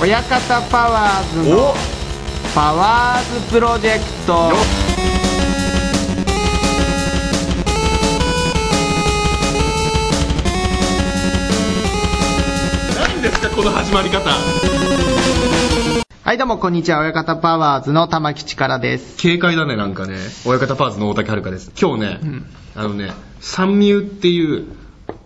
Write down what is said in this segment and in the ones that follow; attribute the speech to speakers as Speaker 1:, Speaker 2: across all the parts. Speaker 1: 親方パワーズのパワーズプロジェクト
Speaker 2: 何ですかこの始まり方
Speaker 1: はいどうもこんにちは親方パワーズの玉木力です
Speaker 2: 軽快だねなんかね親方パーズの大竹遥です今日ね、あのね三ミューっていう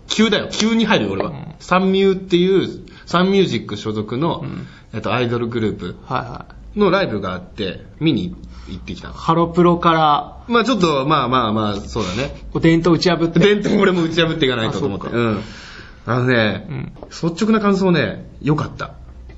Speaker 2: 急だよ急に入るよ俺は、三ミューっていうサンミュージック所属の、
Speaker 1: ん
Speaker 2: えっと、アイドルグループ
Speaker 1: はいはい
Speaker 2: のライブがあって見に行ってきたの
Speaker 1: ハロプロから
Speaker 2: まあちょっとまあまあまあそうだね
Speaker 1: こう伝統打ち破って
Speaker 2: 伝統俺も打ち破っていかないとと思って
Speaker 1: あ
Speaker 2: う
Speaker 1: そうん
Speaker 2: あのね、
Speaker 1: うん
Speaker 2: 率直な感想ね良かった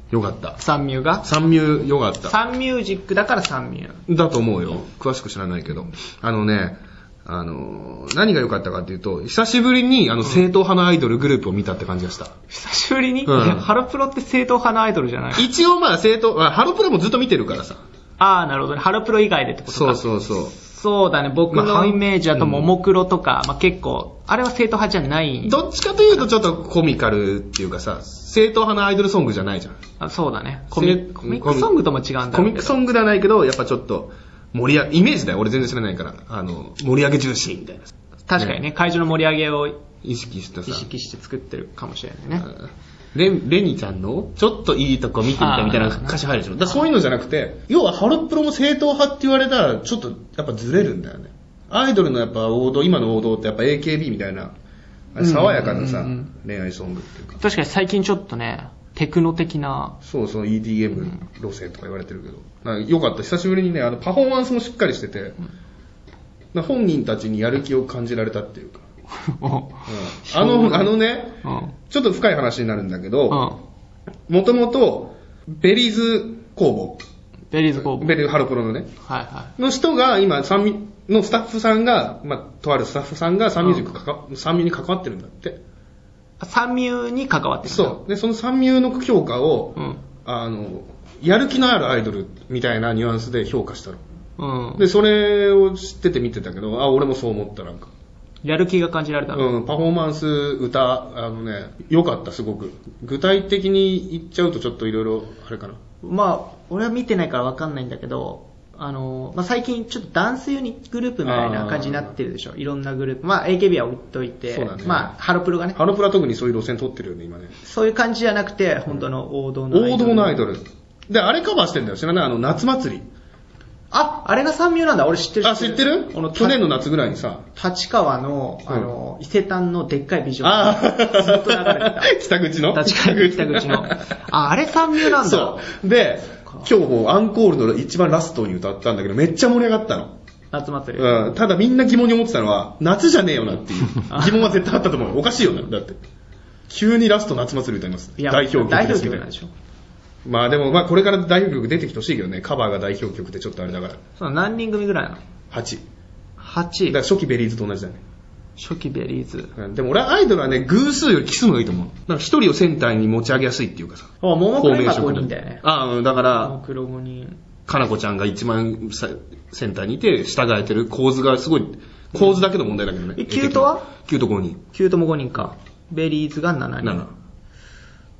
Speaker 2: 良かった
Speaker 1: 三ミュが
Speaker 2: 三ミュー良かった
Speaker 1: サンミュージックだから三ミュ
Speaker 2: だと思うよ。詳しく知らないけど。あのね、あのー、何が良かったかっていうと、久しぶりに、あの、正統派のアイドルグループを見たって感じがした。
Speaker 1: 久しぶりに、
Speaker 2: うん
Speaker 1: いやハロプロって正統派のアイドルじゃない
Speaker 2: 一応まあ、正統、あハロプロもずっと見てるからさ。
Speaker 1: ああなるほどねハロプロ以外でってことか
Speaker 2: そうそうそう。
Speaker 1: そうだね僕
Speaker 2: ま
Speaker 1: の
Speaker 2: あ
Speaker 1: イメージだと
Speaker 2: うん
Speaker 1: ももクロとか、まあ、結構あれは正統派じゃない
Speaker 2: どっちかというとちょっとコミカルっていうかさ、正統派のアイドルソングじゃないじゃん。
Speaker 1: あそうだねコミ
Speaker 2: せ
Speaker 1: コミックソングとも違うんだろうけど
Speaker 2: コミックソングではないけど、やっぱちょっと、盛り上げ、イメージだよ。俺全然知らないから。あの、盛り上げ重視みたいな。
Speaker 1: 確かにね会場の盛り上げを
Speaker 2: 意識したさ。
Speaker 1: 意識して作ってるかもしれないね
Speaker 2: レレニちゃんのちょっといいとこ見てみたみたいな歌詞入るでしょ。だからそういうのじゃなくて、要はハロプロも正統派って言われたら、ちょっとやっぱずれるんだよね。アイドルのやっぱ王道、今の王道ってやっぱ AKB みたいな、あれ爽やかなさ、
Speaker 1: うんうんうん
Speaker 2: 恋愛ソングっていうか。
Speaker 1: 確かに最近ちょっとねテクノ的な
Speaker 2: そうそう EDM 路線とか言われてるけど。なんかよかった。久しぶりにね、あのパフォーマンスもしっかりしてて、なんか本人たちにやる気を感じられたっていうか。うんあの、あのね、
Speaker 1: うんうん
Speaker 2: ちょっと深い話になるんだけど、
Speaker 1: うん
Speaker 2: もともと、ベリーズ工
Speaker 1: ベリーズ工
Speaker 2: 房、
Speaker 1: 房
Speaker 2: ベリーハロプロのね、
Speaker 1: はいは
Speaker 2: の人が今、サンミのスタッフさんが、まあ、とあるスタッフさんがサンミュージックかか、サンミューに関わってるんだって。
Speaker 1: い三ミュに関わってるんだ
Speaker 2: そう。で、そのサンミューの評価を、
Speaker 1: うん
Speaker 2: あの、やる気のあるアイドルみたいなニュアンスで評価したの。
Speaker 1: うん
Speaker 2: で、それを知ってて見てたけど、あ、俺もそう思ったなんか。
Speaker 1: やる気が感じられたの
Speaker 2: うん、パフォーマンス、歌、あのね、良かった、すごく。具体的に言っちゃうとちょっといろいろ、あれかな。
Speaker 1: まあ俺は見てないからわかんないんだけどあの、まあ、最近ちょっとダンスユニットグループみたいな感じになってるでしょいろんなグループまあ AKB は置いといて、
Speaker 2: そうだね
Speaker 1: まあハロプロがね
Speaker 2: ハロプラ特にそういう路線取ってるよね、今ね。
Speaker 1: そういう感じじゃなくて本当の王道のアイ
Speaker 2: 王
Speaker 1: ドル
Speaker 2: 道のアイドル。で、あれカバーしてんだよ。知らないあの、夏祭
Speaker 1: ああれが三ミュなんだ俺知って
Speaker 2: り。
Speaker 1: る
Speaker 2: あ、知ってる
Speaker 1: この
Speaker 2: 去年の夏ぐらいにさ。
Speaker 1: 立川の、あの、伊勢丹のでっかい美女が
Speaker 2: ああ、
Speaker 1: ずっと流れて
Speaker 2: 北口の
Speaker 1: た。立川の北口の。あ、あれ三流なんだ。
Speaker 2: そう。で、今日もアンコールの一番ラストに歌ったんだけど、めっちゃ盛り上がったの。
Speaker 1: 夏祭り。
Speaker 2: うん、ただみんな疑問に思ってたのは、夏じゃねえよなっ ていう疑問は絶対あったと思う。おかしいよな、だって。急にラスト夏祭り歌います。
Speaker 1: いや
Speaker 2: 代表曲
Speaker 1: 代
Speaker 2: で
Speaker 1: 表
Speaker 2: すよ
Speaker 1: 曲
Speaker 2: ね
Speaker 1: なんでしょ。
Speaker 2: まあでも、まあこれから代表曲出てきてほしいけどね、カバーが代表曲ってちょっとあれだから。
Speaker 1: そう何人組ぐらいなの
Speaker 2: 8。だから
Speaker 1: ?8。
Speaker 2: 初期ベリーズと同じだね。
Speaker 1: 初期ベリーズ。
Speaker 2: うんでも俺はアイドルはね、偶数より奇数の方がいいと思う。なんか一人をセンターに持ち上げやすいっていうかさ。
Speaker 1: あ、ももクロ今
Speaker 2: フォ
Speaker 1: 5
Speaker 2: ーメーショ
Speaker 1: 人
Speaker 2: ン
Speaker 1: だよね。
Speaker 2: ああ、うんだか
Speaker 1: もも
Speaker 2: ら、
Speaker 1: クロ5人。
Speaker 2: かなこちゃんが一番さセンターにいて、従えてる構図がすごい、構図だけの問題だけどね。
Speaker 1: えキュートは
Speaker 2: キュート5人。
Speaker 1: 9とも5人か。ベリーズが7人。
Speaker 2: 7。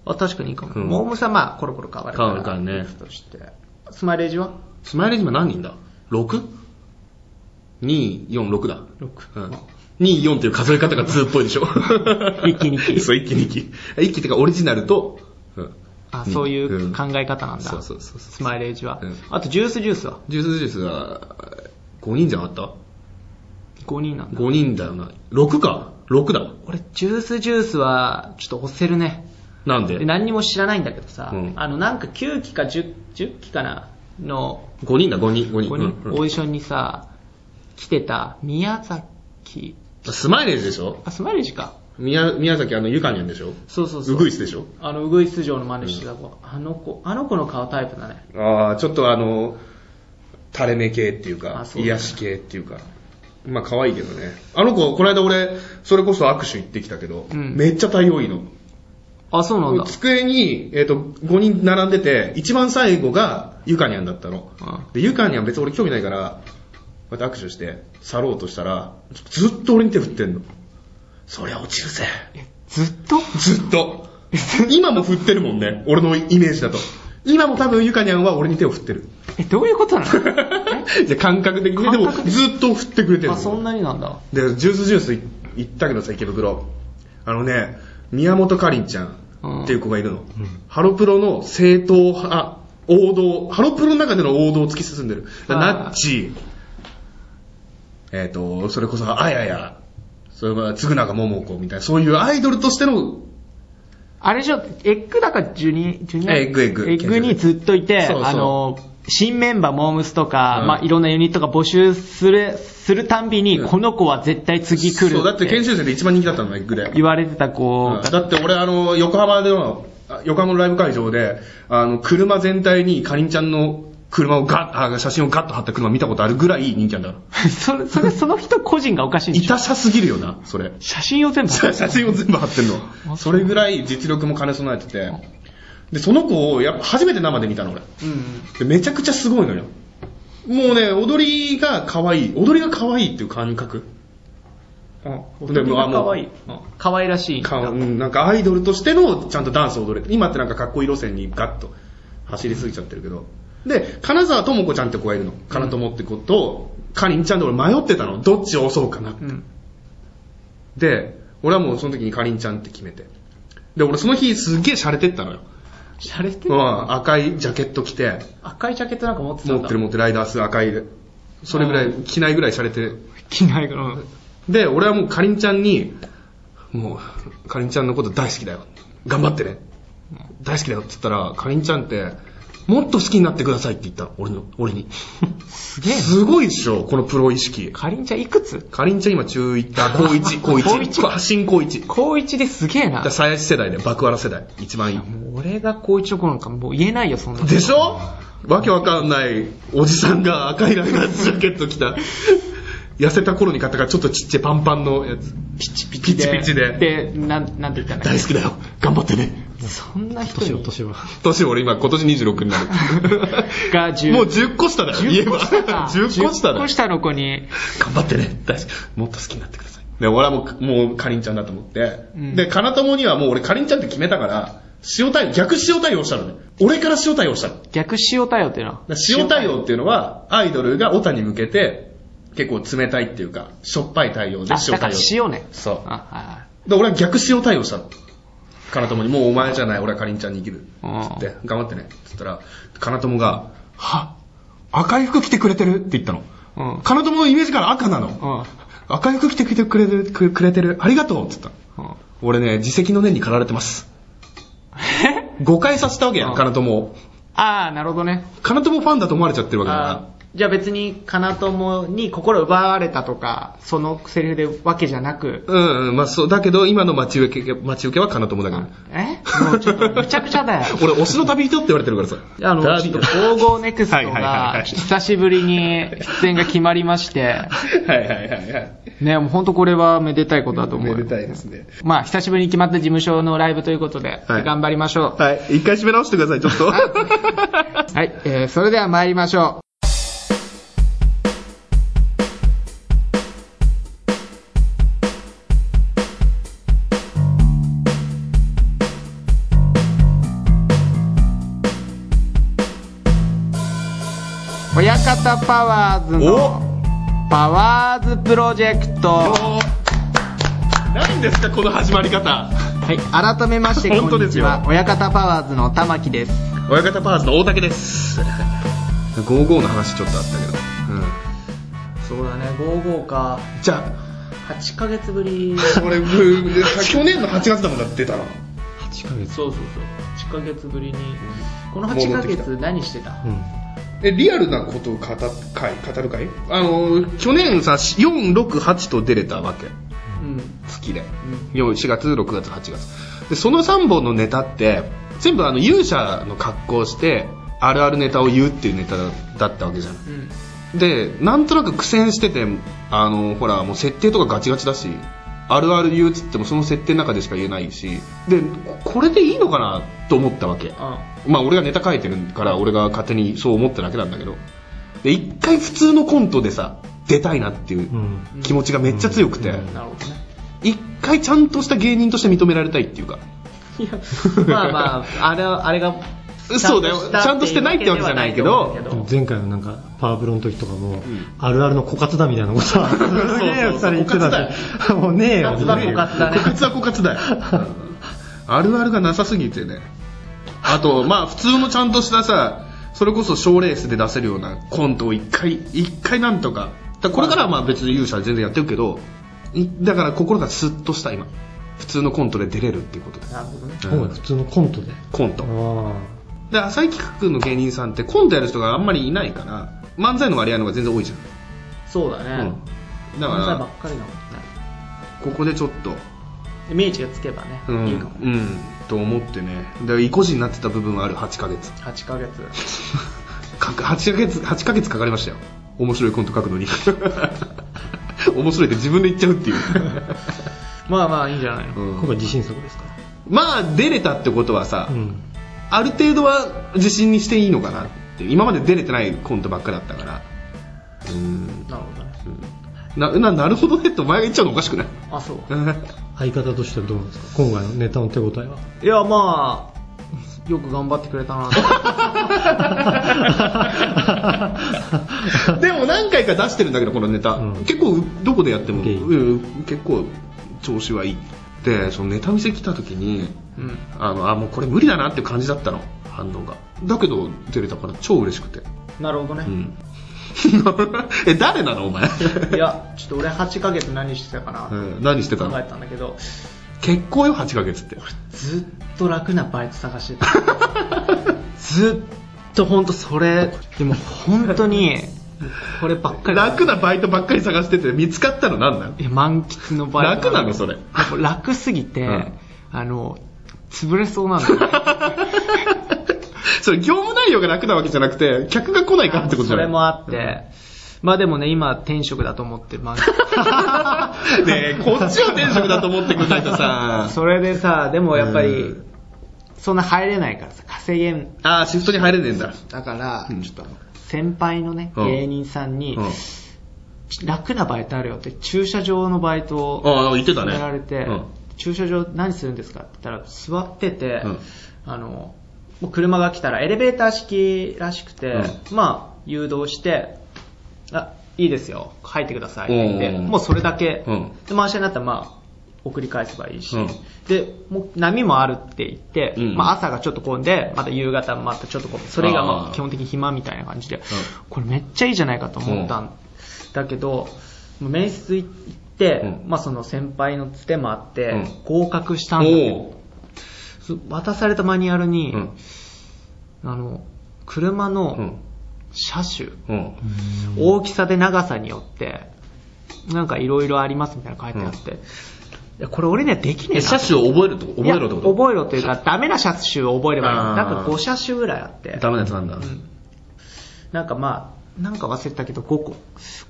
Speaker 1: あ、確かにいいかも。
Speaker 2: うん
Speaker 1: モームさんまあ、コロコロ変わるから。
Speaker 2: 変わるからね
Speaker 1: として。スマイレージは
Speaker 2: スマイレージ今何人だ ?6?2,4,6 だ。
Speaker 1: ?6。
Speaker 2: うん。2、4っていう数え方が2っぽいでしょ
Speaker 1: 一気に一気
Speaker 2: そう、一気に一気。一気ってかオリジナルと、うん。
Speaker 1: あ、そういうん考え方なんだ。
Speaker 2: そうそうそうそう
Speaker 1: スマイレージは
Speaker 2: うん。
Speaker 1: あと、ジュースジュースは
Speaker 2: ジュースジュースが、5人じゃなかっ
Speaker 1: ?5 人なん
Speaker 2: た
Speaker 1: だ。
Speaker 2: ?5 人だよな。6か ?6 だ。
Speaker 1: 俺、ジュースジュースは、ちょっと押せるね。
Speaker 2: なん
Speaker 1: で
Speaker 2: で
Speaker 1: 何にも知らないんだけどさ、
Speaker 2: うん
Speaker 1: あの、なんか9期か 10, 10期かなの、
Speaker 2: ?5 人だ、5人、5人。
Speaker 1: ここに
Speaker 2: うん
Speaker 1: オーディションにさ、来てた、宮崎、
Speaker 2: スマイレージでしょ
Speaker 1: あ、スマイレージか。
Speaker 2: 宮、宮崎あの、ゆかにゃんでしょ
Speaker 1: そうそうそう。
Speaker 2: うぐいすでしょ
Speaker 1: あの、うぐいす城の真似してた子、あの子、あの子の顔タイプだね。
Speaker 2: ああ、ちょっとあの、垂れ目系っていう
Speaker 1: あ
Speaker 2: か、
Speaker 1: そうだね
Speaker 2: 癒し系っていうか。まあ可愛いけどね。あの子、この間俺、それこそ握手行ってきたけど、
Speaker 1: うん
Speaker 2: めっちゃ対応いいの。
Speaker 1: あ、そうなんだ。
Speaker 2: 机に、えっ、と、5人並んでて、一番最後がゆかにゃんだったの。
Speaker 1: う
Speaker 2: で、ゆかにゃん別に俺興味ないから、こうやって握手して、去ろうとしたら、ずっと俺に手振ってんの。そりゃ落ちるぜ。
Speaker 1: ずっと
Speaker 2: ずっと。今も振ってるもんね。俺のイメージだと。今も多分ゆかにゃんは俺に手を振ってる。
Speaker 3: え、どういうことな の
Speaker 2: じゃあ感覚的にね、でも
Speaker 3: 感覚的
Speaker 2: ずっと振ってくれてるの
Speaker 1: あ、そんなになんだ。
Speaker 2: で、ジュースジュースい行ったけどさ、池袋。あのね、宮本かりんちゃんっていう子がいるの。ハロプロの正統派、王道、ハロプロの中での王道を突き進んでる。
Speaker 1: あー
Speaker 2: ナッチ、えっ、と、それこそ、あやや、それは、つぐながももこみたいな、そういうアイドルとしての、
Speaker 3: あれでしょ、エッグだかジュニ、ジュニア
Speaker 2: エッグエッグ
Speaker 3: エッグにずっといて、
Speaker 2: そうそう
Speaker 3: あの、新メンバー、モームスとか、
Speaker 2: うん
Speaker 3: まあいろんなユニットが募集する、するたんびに、
Speaker 2: うん
Speaker 3: この子は絶対次来る
Speaker 2: そう、だっ
Speaker 3: って
Speaker 2: 研
Speaker 3: て
Speaker 2: 修生で一番人気だったの、エッグで。
Speaker 3: 言われてた子
Speaker 2: うん、だって俺あの、横浜での、あ横浜のライブ会場で、あの、車全体にかりんちゃんの車をガッ、あ写真をガッと貼った車見たことあるぐらい人気なんだから。
Speaker 3: それ、それ、その人個人がおかしいんでしょ
Speaker 2: 痛さすぎるよな、それ。
Speaker 3: 写真を全部。
Speaker 2: 写真を全部貼ってんの。それぐらい実力も兼ね備えてて。で、その子を、やっぱ初めて生で見たの俺。
Speaker 1: うん。
Speaker 2: でめちゃくちゃすごいのよ。もうね、踊りが可愛い。踊りが可愛いっていう感覚。
Speaker 1: 踊りが可愛い
Speaker 2: でもあもううん
Speaker 1: 可愛らしい。
Speaker 2: かうん、なんかアイドルとしてのちゃんとダンスを踊れて今ってなんかかっこいい路線にガッと走りすぎちゃってるけどで金沢智子ちゃんって子がいるの金友って子とかりんちゃんで俺迷ってたのどっちを押そうかなって、
Speaker 1: うん。
Speaker 2: で俺はもうその時にかりんちゃんって決めてで俺その日すっげえ洒落てったのよ、
Speaker 1: 洒落て
Speaker 2: う
Speaker 1: る。
Speaker 2: ん、赤いジャケット着て
Speaker 1: 赤いジャケットなんか持ってたん
Speaker 2: 持
Speaker 1: だ。
Speaker 2: ってる持ってるライダース赤いそれぐらい着ないぐらい洒落て
Speaker 3: 着ないから。
Speaker 2: で、俺はもうかりんちゃんに、もう、かりんちゃんのこと大好きだよ。頑張ってね。大好きだよって言ったら、かりんちゃんって、もっと好きになってくださいって言った。俺の、俺に。
Speaker 3: すげえな。
Speaker 2: すごいっしょ、このプロ意識。
Speaker 3: かりんちゃんいくつ
Speaker 2: かりんちゃん今中1、あ、高1、高
Speaker 3: 高一
Speaker 2: 1。こ新高1。だか
Speaker 3: 高一ですげえな
Speaker 2: ら。鞘師世代で、爆笑世代。一番いい。
Speaker 3: もう俺が高一の頃なんかもう言えないよ、そんなの。
Speaker 2: でしょわけわかんないおじさんが赤いライダースジャケット着た。痩せた頃に買ったからちょっとちっちゃいパンパンのやつ。ピチピチで。ピチピチで。
Speaker 3: で、なん、なんて言ったんだっ
Speaker 2: 大好きだよ。頑張ってね。
Speaker 3: けそんな人に。年は。
Speaker 2: 年俺今、今年26になる。
Speaker 3: が10
Speaker 2: もう10個下だよ、言えば。10
Speaker 3: 10
Speaker 2: 個下だよ。
Speaker 3: 個下の子に、
Speaker 2: 頑張ってね。大好き。もっと好きになってください。で、俺はもう、もう、かりんちゃんだと思って。
Speaker 3: うん
Speaker 2: で、かなともにはもう俺、かりんちゃんって決めたから、塩対応、逆塩対応したのね。俺から塩対応したの。だか
Speaker 3: 逆塩対応っていうのは。
Speaker 2: ら塩対応っていうのは、アイドルがオタに向けて、結構冷たいっていうか、しょっぱい対応で
Speaker 3: あ、
Speaker 2: 塩
Speaker 3: だか
Speaker 2: 対
Speaker 3: ら
Speaker 2: 応。
Speaker 3: 塩ね。
Speaker 2: そう
Speaker 3: あ、
Speaker 2: で、俺は逆塩対応したの。かなともに、もうお前じゃない、俺はかりんちゃんに生きる。
Speaker 3: はいはい。
Speaker 2: で、頑張ってね。って言ったら、かなともが、は赤い服着てくれてるって言ったの。
Speaker 3: うん。うん。
Speaker 2: かなとものイメージから赤なの。
Speaker 3: うん。
Speaker 2: 赤い服着てくれてる、くくれてる、ありがとうって言ったの。
Speaker 3: うん
Speaker 2: 俺ね、自責の念に駆られてます。
Speaker 3: え
Speaker 2: 誤解させたわけや、
Speaker 3: うんん
Speaker 2: かなともを。
Speaker 3: あー、なるほどね。
Speaker 2: かなともファンだと思われちゃってるわけだ
Speaker 1: あ
Speaker 2: か
Speaker 1: じゃあ別に、かなともに心奪われたとか、そのセリフでわけじゃなく、
Speaker 2: ら。うん、うん、まあそう、だけど今の待ち受け、待ち受けはかなともだから。
Speaker 3: えもうちょっと、むちゃくちゃだよ。
Speaker 2: 俺、推しの旅人って言われてるからさ。
Speaker 1: あの、
Speaker 2: だ
Speaker 1: ちょっと、黄金ネクス
Speaker 2: はい
Speaker 1: ト
Speaker 2: はいはいは
Speaker 1: が、
Speaker 2: い
Speaker 3: 久しぶりに出演が決まりまして、
Speaker 2: はいはいはいはい。
Speaker 3: ね、もう本当これはめでたいことだと思うよ。
Speaker 2: いですね。
Speaker 3: まあ、久しぶりに決まった事務所のライブということで、
Speaker 2: はい
Speaker 3: 頑張りまし ょ
Speaker 2: はい、一回締め直してください、ちょっと。
Speaker 3: う。はい、えー、それでは参りましょう。親方パワーズのパワーズプロジェクト。
Speaker 2: 何ですかこの始まり方
Speaker 3: はい、改めまして
Speaker 2: 本
Speaker 3: こ
Speaker 2: 当
Speaker 3: ん
Speaker 2: で
Speaker 3: に
Speaker 2: す
Speaker 3: ち
Speaker 2: よ
Speaker 3: は親方パワーズの玉木です
Speaker 2: 親方パーズの大竹です55の話ちょっとあったけど、
Speaker 1: そうだね、55か、
Speaker 2: うん、じゃ
Speaker 1: 8ヶ月ぶり。
Speaker 2: あ俺去年の8月だもんだって出たの
Speaker 3: 8ヶ月
Speaker 1: そうそうそう。8ヶ月ぶりに。この8
Speaker 2: 戻っ
Speaker 1: ヶ
Speaker 2: てきた
Speaker 1: 月何してた
Speaker 3: うん
Speaker 2: えリアルなことを語っかい語るかいあの去年さ468と出れたわけ
Speaker 1: うん。
Speaker 2: 月で4 4月6月8月でその3本のネタって全部あの勇者の格好をしてあるあるネタを言うっていうネタだったわけじゃん
Speaker 1: うん。
Speaker 2: でなんとなく苦戦しててあのほらもう設定とかガチガチだしあるある言うっつってもその設定の中でしか言えないしでここれでいいのかなと思ったわけ
Speaker 1: あ
Speaker 2: まあ俺がネタ書いてるから俺が勝手にそう思っただけなんだけどで一回普通のコントでさ出たいなっていう気持ちがめっちゃ強くて
Speaker 1: なるほどね。
Speaker 2: 一回 ちゃんとした芸人として認められたいっていうか
Speaker 1: いや、まあまあ、あれは、あれが
Speaker 2: そうだよ
Speaker 1: した
Speaker 2: ちゃんとしてないってわけじゃないけど
Speaker 1: っていうわけではないと思うけ
Speaker 4: 前回のなんかパワープロの時とかも、あるあるの枯渇だみたいなこと さすげえ二人言ってたしもうねえよ
Speaker 1: 枯渇だ枯渇だね
Speaker 2: 枯渇は枯渇だよあるあるがなさすぎてねあとまあ普通のちゃんとしたさそれこそ賞ーレースで出せるようなコントを一回一回なんとかだからこれからはまあ別に勇者は全然やってるけどいだから心がスッとした今普通のコントで出れるっていうことで
Speaker 1: なるほどね。
Speaker 4: もう普通のコントで
Speaker 2: コント
Speaker 4: あ
Speaker 2: で浅井企画の芸人さんってコントやる人があんまりいないから漫才の割合の方が全然多いじ
Speaker 1: そうだ
Speaker 2: ゃん、
Speaker 1: ね。
Speaker 2: うん、だ
Speaker 1: 漫才ば
Speaker 2: か
Speaker 1: っかりなもんね。
Speaker 2: らここでちょっと
Speaker 1: イメージがつけばね、
Speaker 2: うん
Speaker 1: いいかも。
Speaker 2: うん、と思ってねで意固地になってた部分はある8ヶ月
Speaker 1: 8ヶ月。
Speaker 2: か8ヶ月8ヶ月かかりましたよ面白いコント書くのに 面白いって自分で言っちゃうっていう
Speaker 1: まあまあいいんじゃないの。
Speaker 2: うん
Speaker 4: 今回自信作ですか
Speaker 2: まあ出れたってことはさ、
Speaker 4: うん
Speaker 2: ある程度は自信にしていいのかなって今まで出れてないコントばっかだったからうん
Speaker 1: なるほどね。
Speaker 2: なななるほどねってお前が言っちゃうのおかしくない
Speaker 1: あ、そう。
Speaker 4: 相方としてはどうなんですか今回のネタの手応えはい
Speaker 1: や、まあ、よく頑張ってくれたな と
Speaker 2: でも何回か出してるんだけどこのネタ、
Speaker 4: うん
Speaker 2: 結構どこでやっても、
Speaker 4: 受けいい
Speaker 2: うん結構調子はいいでそのネタ見せ来た時に
Speaker 1: うん。
Speaker 2: あのあもうこれ無理だなっていう感じだったの反応がだけど出れたから超嬉しくて
Speaker 1: なるほどね
Speaker 2: う。ん え誰なのお前、
Speaker 1: いや、ちょっと俺8ヶ月何してたかな
Speaker 2: う。ん何してた
Speaker 1: 考え
Speaker 2: の
Speaker 1: たんだけど、
Speaker 2: 結構よ8ヶ月って
Speaker 1: ずっと楽なバイト探してた。 ずっとほんとそれ、でも本当に、こればっかり。
Speaker 2: 楽なバイトばっかり探してて見つかったの何なの
Speaker 1: いや満喫のバイト
Speaker 2: 楽なのそれ
Speaker 1: 楽すぎて、
Speaker 2: うん
Speaker 1: あの、潰れそうなんだよ。
Speaker 2: それ業務内容が楽なわけじゃなくて客が来ない からってことじ
Speaker 1: そ
Speaker 2: ゃない
Speaker 1: れもあって、まあでもね、今、転職だと思って満
Speaker 2: ねえ、こっちを転職だと思ってくれないとさ
Speaker 1: 喫。。 それでさ、でもやっぱ
Speaker 2: う
Speaker 1: り
Speaker 2: ん、
Speaker 1: そんな入れないからさ、稼げん。
Speaker 2: ああ、シフトに入れねえんだ。
Speaker 1: だから、
Speaker 2: うん
Speaker 1: ちょっとあの、先輩のね、
Speaker 2: うん
Speaker 1: 芸人さんに
Speaker 2: うん、
Speaker 1: 楽なバイトあるよって、駐車場のバイトを、
Speaker 2: ああ、言ってたね。
Speaker 1: やられて、
Speaker 2: うん
Speaker 1: 駐車場何するんですかって言ったら、座ってて、
Speaker 2: うん
Speaker 1: あの、もう車が来たらエレベーター式らしくて、
Speaker 2: う
Speaker 1: まあ、誘導して、あ、いいですよ、入ってくださいって言って、
Speaker 2: うん
Speaker 1: もうそれだけ、
Speaker 2: うん
Speaker 1: で、回しになったらまあ、送り返せばいいし、
Speaker 2: うん
Speaker 1: で、もう波もあるって言って、
Speaker 2: うん
Speaker 1: まあ朝がちょっと混んで、また夕方またちょっと混んで、それがま
Speaker 2: あ
Speaker 1: あ
Speaker 2: ー
Speaker 1: 基本的に暇みたいな感じで、これめっちゃいいじゃないかと思ったんだけど、もう面接行って、
Speaker 2: うん
Speaker 1: まあその先輩のつてもあって、
Speaker 2: うん
Speaker 1: 合格したんだけ
Speaker 2: お
Speaker 1: ど、渡されたマニュアルに、
Speaker 2: うん。
Speaker 1: あの、車
Speaker 2: う
Speaker 1: の
Speaker 2: ん。
Speaker 1: 車種、
Speaker 2: うん。
Speaker 1: 大きさで長さによって、なんかいろいろありますみたいなの書いてあって、いやこれ俺にはできねえ
Speaker 2: え、
Speaker 1: な
Speaker 2: 車種を覚えると、覚えろってこと
Speaker 1: いや覚えろというか、ダメな車種を覚えればいい。
Speaker 2: あー
Speaker 1: なんか5車種ぐらいあって。
Speaker 2: ダメなやつなんだ。
Speaker 1: なんかまあ、なんか忘れたけど5個。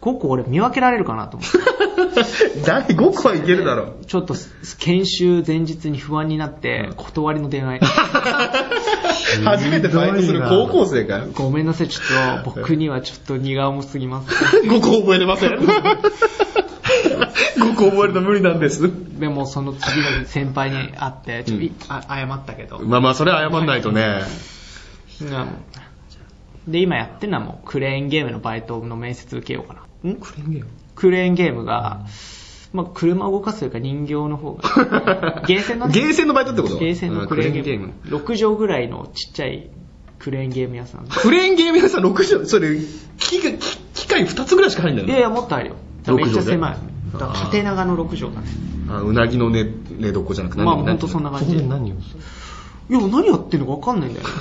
Speaker 1: 5個俺見分けられるかなと思 って。
Speaker 2: 誰 ?5 個はいけるだろう。
Speaker 1: ちょっと研修前日に不安になって、断りの電 話。
Speaker 2: 初めてバイトする高校生かよ。
Speaker 1: ごめんなさい、ちょっと僕にはちょっと荷が重すぎます。
Speaker 2: 5個覚えれま せん。5個覚えるの無理なんです。
Speaker 1: でもその次の日先輩に会って、ちょっといあ謝ったけど。
Speaker 2: まあまあ、それは謝んないとね。
Speaker 1: うんで、今やってるのはもうクレーンゲームのバイトの面接受けようかな。ん
Speaker 4: クレーンゲーム
Speaker 1: クレーンゲームが、まあ、車を動かすというか人形の 方が。ゲーセンのね
Speaker 2: ゲーセンのバイトってこと
Speaker 1: ゲーセンのクレーンゲーム
Speaker 2: うん。
Speaker 1: 6畳ぐらいのちっちゃいクレーンゲーム屋さん。
Speaker 2: クレーンゲーム屋さん6畳、それ、機械機機械2つぐらいしか入んない
Speaker 1: い
Speaker 2: の
Speaker 1: やいや、もっとあるよ。めっちゃ狭い
Speaker 2: 六。
Speaker 1: だか
Speaker 2: 畳で
Speaker 1: ら縦長の6畳だね。
Speaker 2: あうなぎの寝寝床じゃなくて
Speaker 1: まあ、ほんとそんな
Speaker 4: そ
Speaker 1: 感
Speaker 4: こ
Speaker 1: じ。い
Speaker 4: で
Speaker 1: や、
Speaker 4: 何をする
Speaker 1: 何やってんのかわかんないんだよ ね。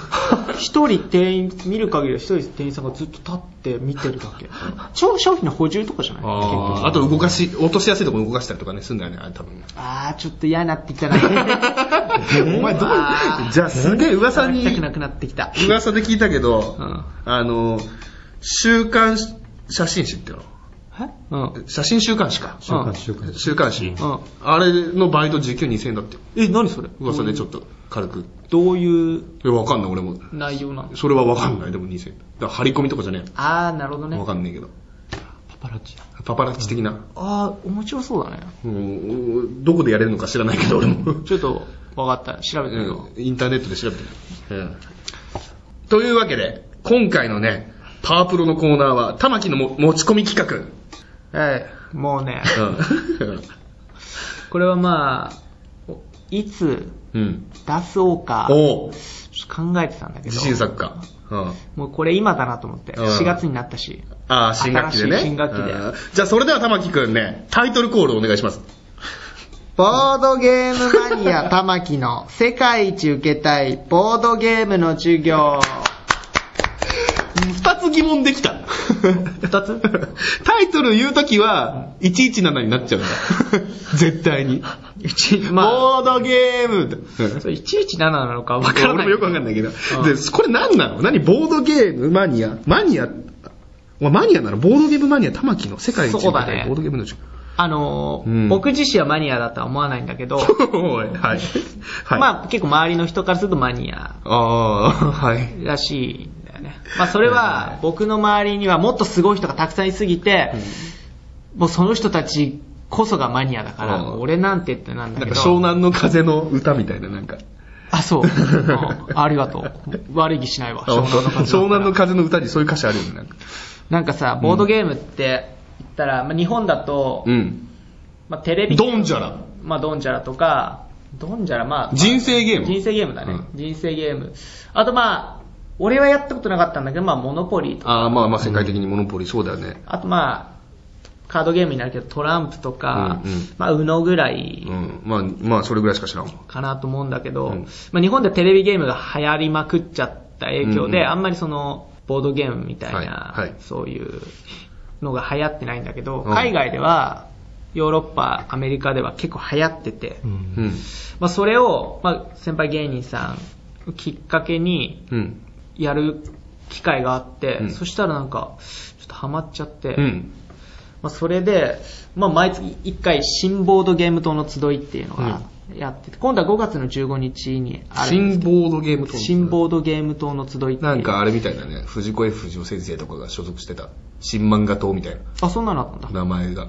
Speaker 1: 一人店員、見る限りは一人店員さんがずっと立って見てるだけ。超商品の補充とかじゃない結局
Speaker 2: あーあと動かし、落としやすいところに動かしたりとかね、すんだよね、あれ多分。
Speaker 1: あー、ちょっと嫌になってきたな。お
Speaker 2: お前どう
Speaker 1: あ、
Speaker 2: じゃあすげえ噂
Speaker 1: 働きた
Speaker 2: に
Speaker 1: く、なくなってきた。
Speaker 2: 噂で聞いたけど、
Speaker 1: うん
Speaker 2: あの、週刊写真誌っていうの
Speaker 1: えうん。
Speaker 2: 写真週刊誌か。
Speaker 4: 週刊週刊
Speaker 2: 週刊誌、
Speaker 1: うん
Speaker 2: あれのバイト時給2000円だって。
Speaker 1: え、何それ
Speaker 2: 噂でちょっと軽く。
Speaker 1: どういう
Speaker 2: え、わかんない、俺も。
Speaker 1: 内容なんです
Speaker 2: それはわかんない、でも2000円。だから張り込みとかじゃね
Speaker 1: あー、なるほど
Speaker 2: え
Speaker 1: ね
Speaker 2: の。わ。かんないけど。
Speaker 4: パパラッチだ
Speaker 2: パパラッチ的な。
Speaker 1: あー、面白そうだね。
Speaker 2: うんどこでやれるのか知らないけど、俺も。
Speaker 1: ちょっと、わかった。調べてみよ
Speaker 2: うんインターネットで調べてみる。というわけで、今回のね、パワープロのコーナーは、玉木のも持ち込み企
Speaker 1: ええ、もうね、
Speaker 2: 画。
Speaker 1: これはまあ、おいつ
Speaker 2: うん。うん。
Speaker 1: 出そうか、
Speaker 2: おう
Speaker 1: ちょっと考えてたんだけど
Speaker 2: 自、信作か。うん。
Speaker 1: もうこれ今だなと思って、
Speaker 2: うん
Speaker 1: 4月になった し、
Speaker 2: ああ、新学期でね。
Speaker 1: 新しい新学期で
Speaker 2: うんじゃあ、それでは玉木くんね、タイトルコールお願いします。
Speaker 1: ボードゲームマニア玉木の世界一受けたいボードゲームの授業。
Speaker 2: 二つ疑問できた。
Speaker 1: 二つ
Speaker 2: タイトル言うときは、117になっちゃうんだ。 絶対に。
Speaker 1: 一 まあ、
Speaker 2: ボードゲームってうん
Speaker 1: それ117なのか分から
Speaker 2: 俺
Speaker 1: な
Speaker 2: も
Speaker 1: い
Speaker 2: よく。わかんないけど。で、これ何なの何ボードゲームマニアマニアお前マニアなのボードゲームマニア玉木の世界一
Speaker 1: そうだね
Speaker 2: ボードゲームの授
Speaker 1: あのー
Speaker 2: うん
Speaker 1: 僕自身はマニアだとは思わないんだけど、
Speaker 2: 業。おい、 はい。はい。あ
Speaker 1: まあ結構周りの人からするとマニア
Speaker 2: あー、はい。
Speaker 1: らしいんだよね。まあそれは僕の周りにはもっとすごい人がたくさんいすぎて、もうその人たちこそがマニアだから、
Speaker 2: うん
Speaker 1: 俺なんてってなんだ
Speaker 2: なん
Speaker 1: け
Speaker 2: か湘
Speaker 1: ど。
Speaker 2: 南の風の歌みたいな、なんか。
Speaker 1: あ、そう、うんありがとう。悪い気しないわ。
Speaker 2: あ本当湘南の風の歌にそういう歌詞あるよね、なんか。
Speaker 1: なんかさ、ボードゲームって言ったら、まあ、日本だと、
Speaker 2: うん。
Speaker 1: まあ、テレビ、
Speaker 2: ドンジャラ。
Speaker 1: まあ、ドンジャラとか、ドンジャラ、まあ、
Speaker 2: 人生ゲーム。
Speaker 1: 人生ゲームだね、
Speaker 2: うん
Speaker 1: 人生ゲーム。あとまあ、俺はやったことなかったんだけど、まあ、モノポリーとか、
Speaker 2: ああ、まあまあ世界的にモノポリーそうだよね。
Speaker 1: あとまあ、カードゲームになるけど、トランプとか、
Speaker 2: うんうん
Speaker 1: まあ、ウノぐら
Speaker 2: う
Speaker 1: い
Speaker 2: ん。まあ、まあそれぐらいしか知らんわ。
Speaker 1: かなと思うんだけど、
Speaker 2: うん
Speaker 1: まあ、日本でテレビゲームが流行りまくっちゃった影響で、
Speaker 2: うんうん
Speaker 1: あんまりその、ボードゲームみたいな、
Speaker 2: はいはい
Speaker 1: そういうのが流行ってないんだけど、
Speaker 2: うん
Speaker 1: 海外では、ヨーロッパ、アメリカでは結構流行ってて、
Speaker 4: うん
Speaker 2: うん。
Speaker 1: まあ、それを、まあ、先輩芸人さんきっかけに
Speaker 2: うん。
Speaker 1: やる機会があって、
Speaker 2: うん
Speaker 1: そしたらなんか、ちょっとハマっちゃって、
Speaker 2: うん。
Speaker 1: まあ、それで、まあ、毎月1回新ボードゲーム党の集いっていうのがやってて、今度は5月の15日にあるんで
Speaker 2: 新ボードゲーム
Speaker 1: すけ
Speaker 2: と
Speaker 1: ど。新ボードゲーム党の集いっていう
Speaker 2: なんかあれみたいなね、藤子 F 不二雄先生とかが所属してた、新漫画党みたい
Speaker 1: あ、そんなのあったんだ
Speaker 2: な。名前が。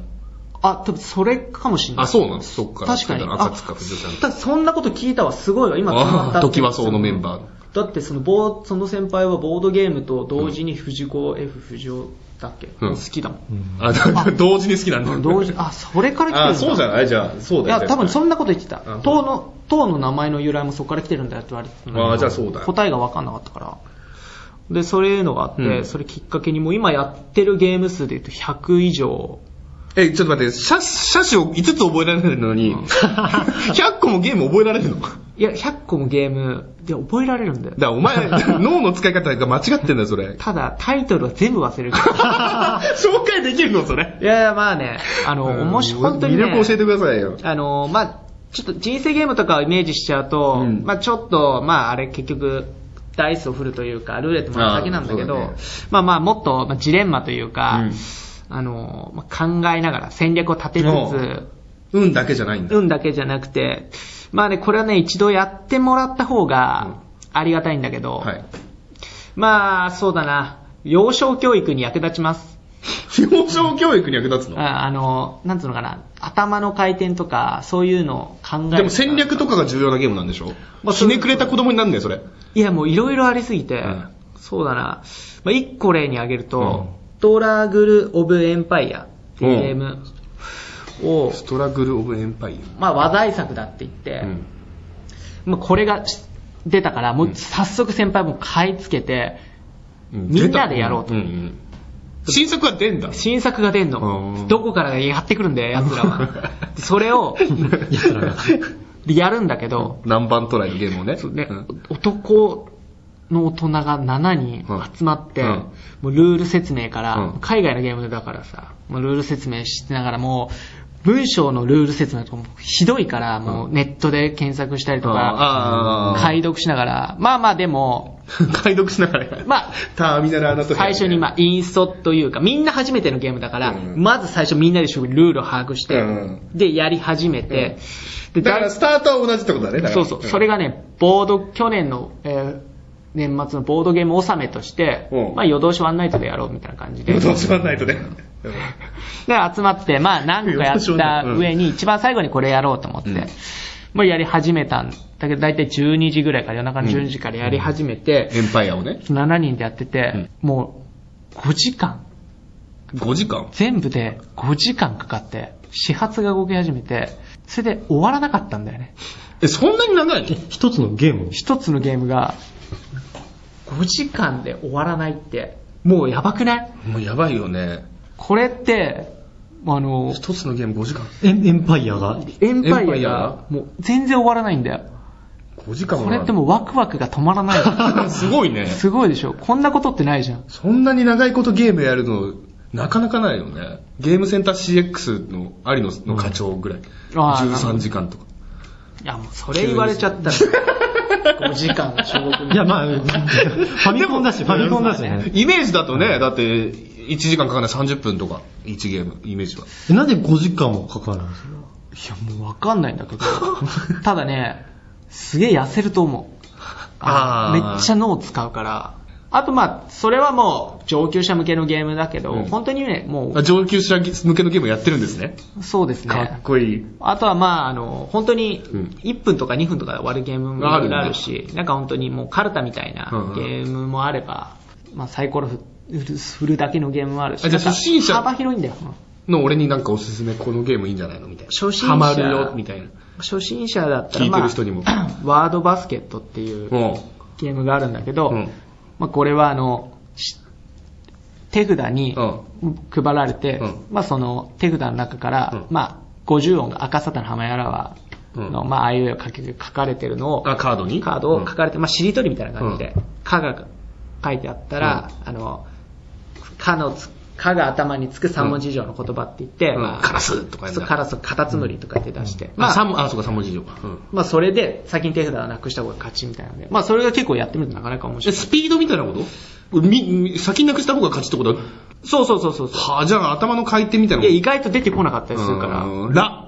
Speaker 1: あ、多分それかもしれない。
Speaker 2: あ、そうなのそっから。
Speaker 1: 確かに。
Speaker 2: 赤塚不二夫さん。
Speaker 1: あただそんなこと聞いたわ、すごいわ、今決ま
Speaker 2: あ
Speaker 1: っ
Speaker 2: あ
Speaker 1: た
Speaker 2: ー、
Speaker 1: って。
Speaker 2: 時はそうのメンバー。
Speaker 1: だってそのボーその先輩はボードゲームと同時に藤子 F 不二雄だっけ、
Speaker 2: うん
Speaker 1: 好きだもん。
Speaker 2: あ、だ同時に好きなんだ。
Speaker 1: 同時、あ、それから来てるんだ。
Speaker 2: あ、そうじゃないじゃあ、そう
Speaker 1: い
Speaker 2: だよ。
Speaker 1: や、多分そんなこと言ってた
Speaker 2: あ。
Speaker 1: 党の、党の名前の由来もそこから来てるんだよって言われてたんだけど
Speaker 2: あーじゃあそうだよ
Speaker 1: 答えが分かんなかったから。で、そういうのがあって、
Speaker 2: うん
Speaker 1: それきっかけにもう今やってるゲーム数で言うと100以上。
Speaker 2: え、ちょっと待って、車車種を5つ覚えられるの に、100個もゲーム覚えられるのだか
Speaker 1: いや、100個もゲームで覚えられるんだよ。
Speaker 2: らお前、脳の使い方が間違ってんだよ、そ れ。
Speaker 1: ただ、タイトルは全部忘れ るから。
Speaker 2: 紹介できるの、それ。
Speaker 1: いやいや、まあね、あの、おもし、本当に、ね。
Speaker 2: 魅力教えてくださいよ。
Speaker 1: あの、まあちょっと人生ゲームとかをイメージしちゃうと、
Speaker 2: うん
Speaker 1: まあちょっと、まああれ結局、ダイスを振るというか、ルーレットも先なんだけど、
Speaker 2: あーそうだね
Speaker 1: まあまあもっと、まあ、ジレンマというか、
Speaker 2: うん
Speaker 1: あの、まあ考えながら戦略を立てつ
Speaker 2: お
Speaker 1: つ、
Speaker 2: 運だけじゃないんだ。
Speaker 1: 運だけじゃなくて、まあね、これはね、一度やってもらった方がありがたいんだけど、
Speaker 2: はい。
Speaker 1: まあそうだな、幼少教育に役立ちます。
Speaker 2: 幼少教育に役立つの
Speaker 1: ああの、なんつうのかな、頭の回転とか、そういうのを考えるとか
Speaker 2: でも戦略とかが重要なゲームなんでしょ
Speaker 1: まあ
Speaker 2: ひねくれた子供になるんだよ、それ。
Speaker 1: いや、もういろいろありすぎて、
Speaker 2: ん
Speaker 1: そうだな。まあ、一個例に挙げると、ドラグル・オブ・エンパイアっていうゲームを、
Speaker 2: ストラグル・オブ・エンパイ
Speaker 1: まあ、話題作だって言って、
Speaker 2: ア。うん。
Speaker 1: まあ、これがし出たから、もう早速先輩も買い付けて、
Speaker 2: うん
Speaker 1: みんなでやろうと
Speaker 2: んん新作は出んだ。
Speaker 1: 新作が出ん
Speaker 2: う
Speaker 1: の
Speaker 2: ん。
Speaker 1: どこからやってくるんだよ、奴らは。でそれを、
Speaker 4: 奴らが
Speaker 1: やるんだけど、
Speaker 2: 何番トライのゲームをね。
Speaker 1: そうね
Speaker 2: うん
Speaker 1: 男の大人が7人集まって、
Speaker 2: うん
Speaker 1: もうルール説明から、
Speaker 2: うん
Speaker 1: 海外のゲームだからさ、もうルール説明しながらもう、文章のルール説明とかもひどいから、もうネットで検索したりとか、
Speaker 2: ああ。
Speaker 1: 解読しながら、まあまあでも、
Speaker 2: 解読しながら。
Speaker 1: まあ
Speaker 2: ターミナルアナトリー
Speaker 1: 最初にまあインストというか、みんな初めてのゲームだから、
Speaker 2: うん
Speaker 1: まず最初みんなでルールを把握して、
Speaker 2: うん
Speaker 1: で、やり始めて、で
Speaker 2: だからスタートは同じってことだね。だから
Speaker 1: そうそう、それ。がね、ボード、去年の、えー年末のボードゲーム納めとして
Speaker 2: う、ん
Speaker 1: まあ夜通しワンナイトでやろうみたいな感じで。
Speaker 2: ん
Speaker 1: で、
Speaker 2: どうしようもないとね。うん
Speaker 1: 集まって、まあ何個やった上に、一番最後にこれやろうと思って。
Speaker 2: うん
Speaker 1: まあ、やり始めたんだけど、だいたい12時ぐらいから、夜中の12時からやり始めて、
Speaker 2: エンパイアをね。
Speaker 1: 7人でやってて、もう5時間、
Speaker 2: 5時間。
Speaker 1: 全部で5時間かかって、始発が動き始めて、それで終わらなかったんだよね。
Speaker 2: え、そんなに長いの
Speaker 4: え、一つのゲームを
Speaker 1: 一つのゲームが、5時間で終わらないって、もうやばくない
Speaker 2: もうやばいよね。
Speaker 1: これって、あの、
Speaker 2: 一つのゲーム5時間。
Speaker 4: エンエンパイアが、
Speaker 1: エンパ
Speaker 2: エンパ
Speaker 1: イ
Speaker 2: イ
Speaker 1: ア
Speaker 2: ア
Speaker 1: が
Speaker 2: が、
Speaker 1: もう全然終わらないんだよ。
Speaker 2: 5時間は
Speaker 1: これってもうワクワクが止まら な
Speaker 2: う。 すごいね
Speaker 1: い。。すごいでしょこんなことってないじゃん。
Speaker 2: そんなに長いことゲームやるの、なかなかないよね。ゲームセンター CX の有野の課長ぐらい。
Speaker 1: あー
Speaker 2: 13時間とか。
Speaker 1: いや、もうそれ言われちゃったら、5時 間の小国
Speaker 4: いや、まあ、 ファミコンだし、ファミコンだしね。
Speaker 2: イメージだとね、だって、1時間かかんない30分とか、1ゲーム、イメージは。
Speaker 4: えなんで5時間もかかるんですか
Speaker 1: いや、もうわかんないんだけ ど。ただね、すげえ痩せると思う。あ
Speaker 2: あー
Speaker 1: のめっちゃ脳使うから。あとまあ、それはもう上級者向けのゲームだけど、
Speaker 2: うん
Speaker 1: 本当にね、も
Speaker 2: あ上級者向けのゲームやってるんですね。
Speaker 1: う、そうです
Speaker 2: か
Speaker 1: ね
Speaker 2: っ。こいい。
Speaker 1: あとはまあ、あの、本当に
Speaker 2: うん
Speaker 1: 1分とか2分とかで終わるゲームも
Speaker 2: あ
Speaker 1: あ
Speaker 2: る
Speaker 1: る
Speaker 2: ね
Speaker 1: し、なんか本当にもうカルタみたいな
Speaker 2: うんうん
Speaker 1: ゲームもあれば、まあサイコロ振る振るだけのゲームもあるし、
Speaker 2: あじゃ
Speaker 1: なん
Speaker 2: あ
Speaker 1: か
Speaker 2: 初心者
Speaker 1: 幅広いんだよ。うん
Speaker 2: の俺になんかおすすめ、このゲームいいんじゃないのみたいな。
Speaker 1: 初心者
Speaker 2: ハマるよ、みたいな。
Speaker 1: 初心者だったら、まあ
Speaker 2: 聞いてる人にも
Speaker 1: ワードバスケットっていう
Speaker 2: うん。
Speaker 1: ゲームがあるんだけど、
Speaker 2: うん
Speaker 1: まあ、これはあのし手札に
Speaker 2: うん
Speaker 1: 配られて、
Speaker 2: うん
Speaker 1: まあ、その手札の中から、
Speaker 2: うん
Speaker 1: まあ、50音が赤沙汰の浜やらはの、
Speaker 2: うん
Speaker 1: まあ、あいうえを書き書かれてるのを
Speaker 2: あ、カードに
Speaker 1: カードを書
Speaker 2: る。
Speaker 1: かれて、まあ、しりとりみたいな感じで、かが書いてあったら、あの、かのつ、かが頭につく3文字以上の言葉って言って、
Speaker 2: うん
Speaker 1: まあ
Speaker 2: カラスとかやん
Speaker 1: そ
Speaker 2: だ
Speaker 1: うカラス、カタツムリとか言って出して、
Speaker 2: あ、三文あ、そうか、3文字以上か。うん。
Speaker 1: まあそれで先に手札をなくした方が勝ちみたいなので、まあそれが結構やってみるとなかなか面
Speaker 2: え
Speaker 1: 白い。
Speaker 2: スピードみたいなことみ、み先になくした方が勝ちってことは、
Speaker 1: そうそうそうそうそ。
Speaker 2: はあ、じゃあ頭の回転みたいうないこ
Speaker 1: や、
Speaker 2: と
Speaker 1: 意外と出てこなかったりするから。
Speaker 2: うんラ。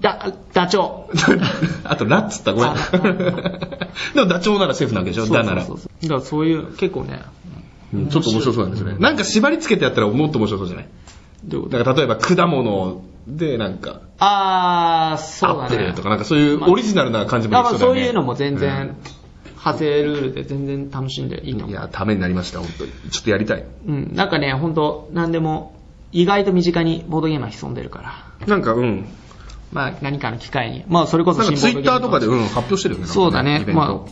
Speaker 1: だ、ダチョウ。
Speaker 2: あと、ラっつった、ごめん
Speaker 1: あ。
Speaker 2: でも、ダチョウならセーフなわけでしょダなら。
Speaker 1: そううそうそうだからそういう、結構ね、
Speaker 2: んちょっと面白そうなんですよね。なんか縛り付けてやったらもっと面白そうじゃない
Speaker 1: どういうこと
Speaker 2: だから、例えば、果物で、なんか、
Speaker 1: あー、そう
Speaker 2: ア
Speaker 1: だ
Speaker 2: ップ
Speaker 1: ね。
Speaker 2: ルとか、なんかそういうオリジナルな感じも
Speaker 1: だ
Speaker 2: で
Speaker 1: か
Speaker 2: き
Speaker 1: ら
Speaker 2: そうだ
Speaker 1: そう
Speaker 2: よね。
Speaker 1: いうのも全然、派生ルールで全然楽しんでいいと
Speaker 2: うん。い
Speaker 1: 思う。
Speaker 2: や、ためになりました、本当に。ちょっとやりたい。
Speaker 1: うん、なんかね、ほんと、なんでも、意外と身近にボードゲームは潜んでるから。
Speaker 2: なんか、うん。
Speaker 1: まあ何かの機会に。まあそれこそ
Speaker 2: なんか、
Speaker 1: 新ボ
Speaker 2: ツイ
Speaker 1: ード
Speaker 2: ッ
Speaker 1: ゲー
Speaker 2: タ
Speaker 1: ム
Speaker 2: ーとかで、うん、発表してるよね。なんか
Speaker 1: そうだね
Speaker 2: イベント
Speaker 1: ま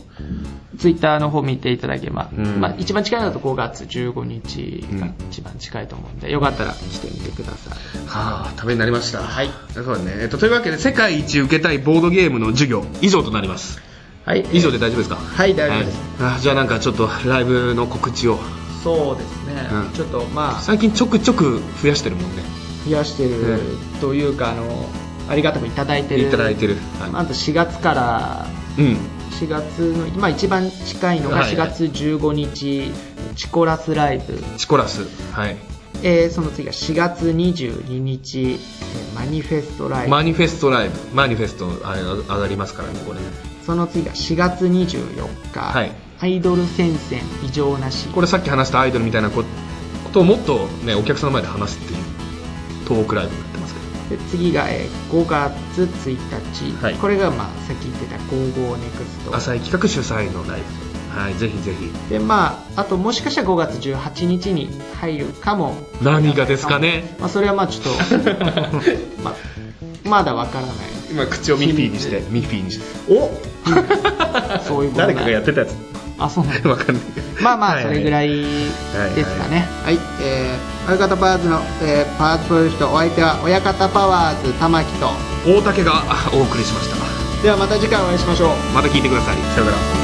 Speaker 1: ツイッターの方見ていただければ、
Speaker 2: うん
Speaker 1: まあ、一番近いのだと5月15日が一番近いと思うんで、よかったら来てみてください。
Speaker 2: はあ、食べになりました。はい。そうだね。えっと、というわけで、世界一受けたいボードゲームの授業、以上となります。
Speaker 5: はい。
Speaker 2: 以上で大丈夫ですか
Speaker 5: はい、大丈夫です。
Speaker 2: はいあじゃあなんかちょっとライブの告知を
Speaker 5: そうですね、
Speaker 2: うん
Speaker 5: ちょっとまあ
Speaker 2: 最近ちょくちょく増やしてるもんね
Speaker 5: 増やして
Speaker 2: う
Speaker 5: るというか、あのありがたくいただいてる
Speaker 2: いただいてる、はい
Speaker 5: まああと4月から
Speaker 2: うん
Speaker 5: 4月の、まあ、一番近いのが
Speaker 2: はい
Speaker 5: 4月15日、チコラスライブ、
Speaker 2: チコラスはい、
Speaker 5: えーその次が4月22日、えーマニフェストライブ
Speaker 2: マニフェストライブマニフェストあれ上がりますからねこれね
Speaker 5: その次が4月24日、
Speaker 2: はい
Speaker 5: アイドル戦線異常なし
Speaker 2: これさっき話したアイドルみたいなこことをもっとねお客さんの前で話すっていうトークライブになってますけど
Speaker 5: で次が、えー5月1日、
Speaker 2: はい
Speaker 5: これが、まあ、さっき言ってた「55ネクスト
Speaker 2: 浅井企画主催のライブはいぜひぜひ
Speaker 5: でまああともしかしたら5月18日に入るかも
Speaker 2: 何がですかね
Speaker 5: まあそれはまあちょっ とまあまだわからない
Speaker 2: 今口をミッフィーにしてミッフィーにして
Speaker 5: おそういうこと
Speaker 2: 誰かがやってたやつ
Speaker 5: あそうなんだ
Speaker 2: わかんない
Speaker 5: まあまあ
Speaker 2: はい
Speaker 5: そ
Speaker 2: はい
Speaker 5: れぐらいですかねはい、えー、親方パワーズの、えー、パワーズプロジェクトお相手は親方パワーズ玉木と
Speaker 2: 大竹がお送りしました
Speaker 5: ではまた次回お会いしましょう
Speaker 2: また聞いてくださいさよなら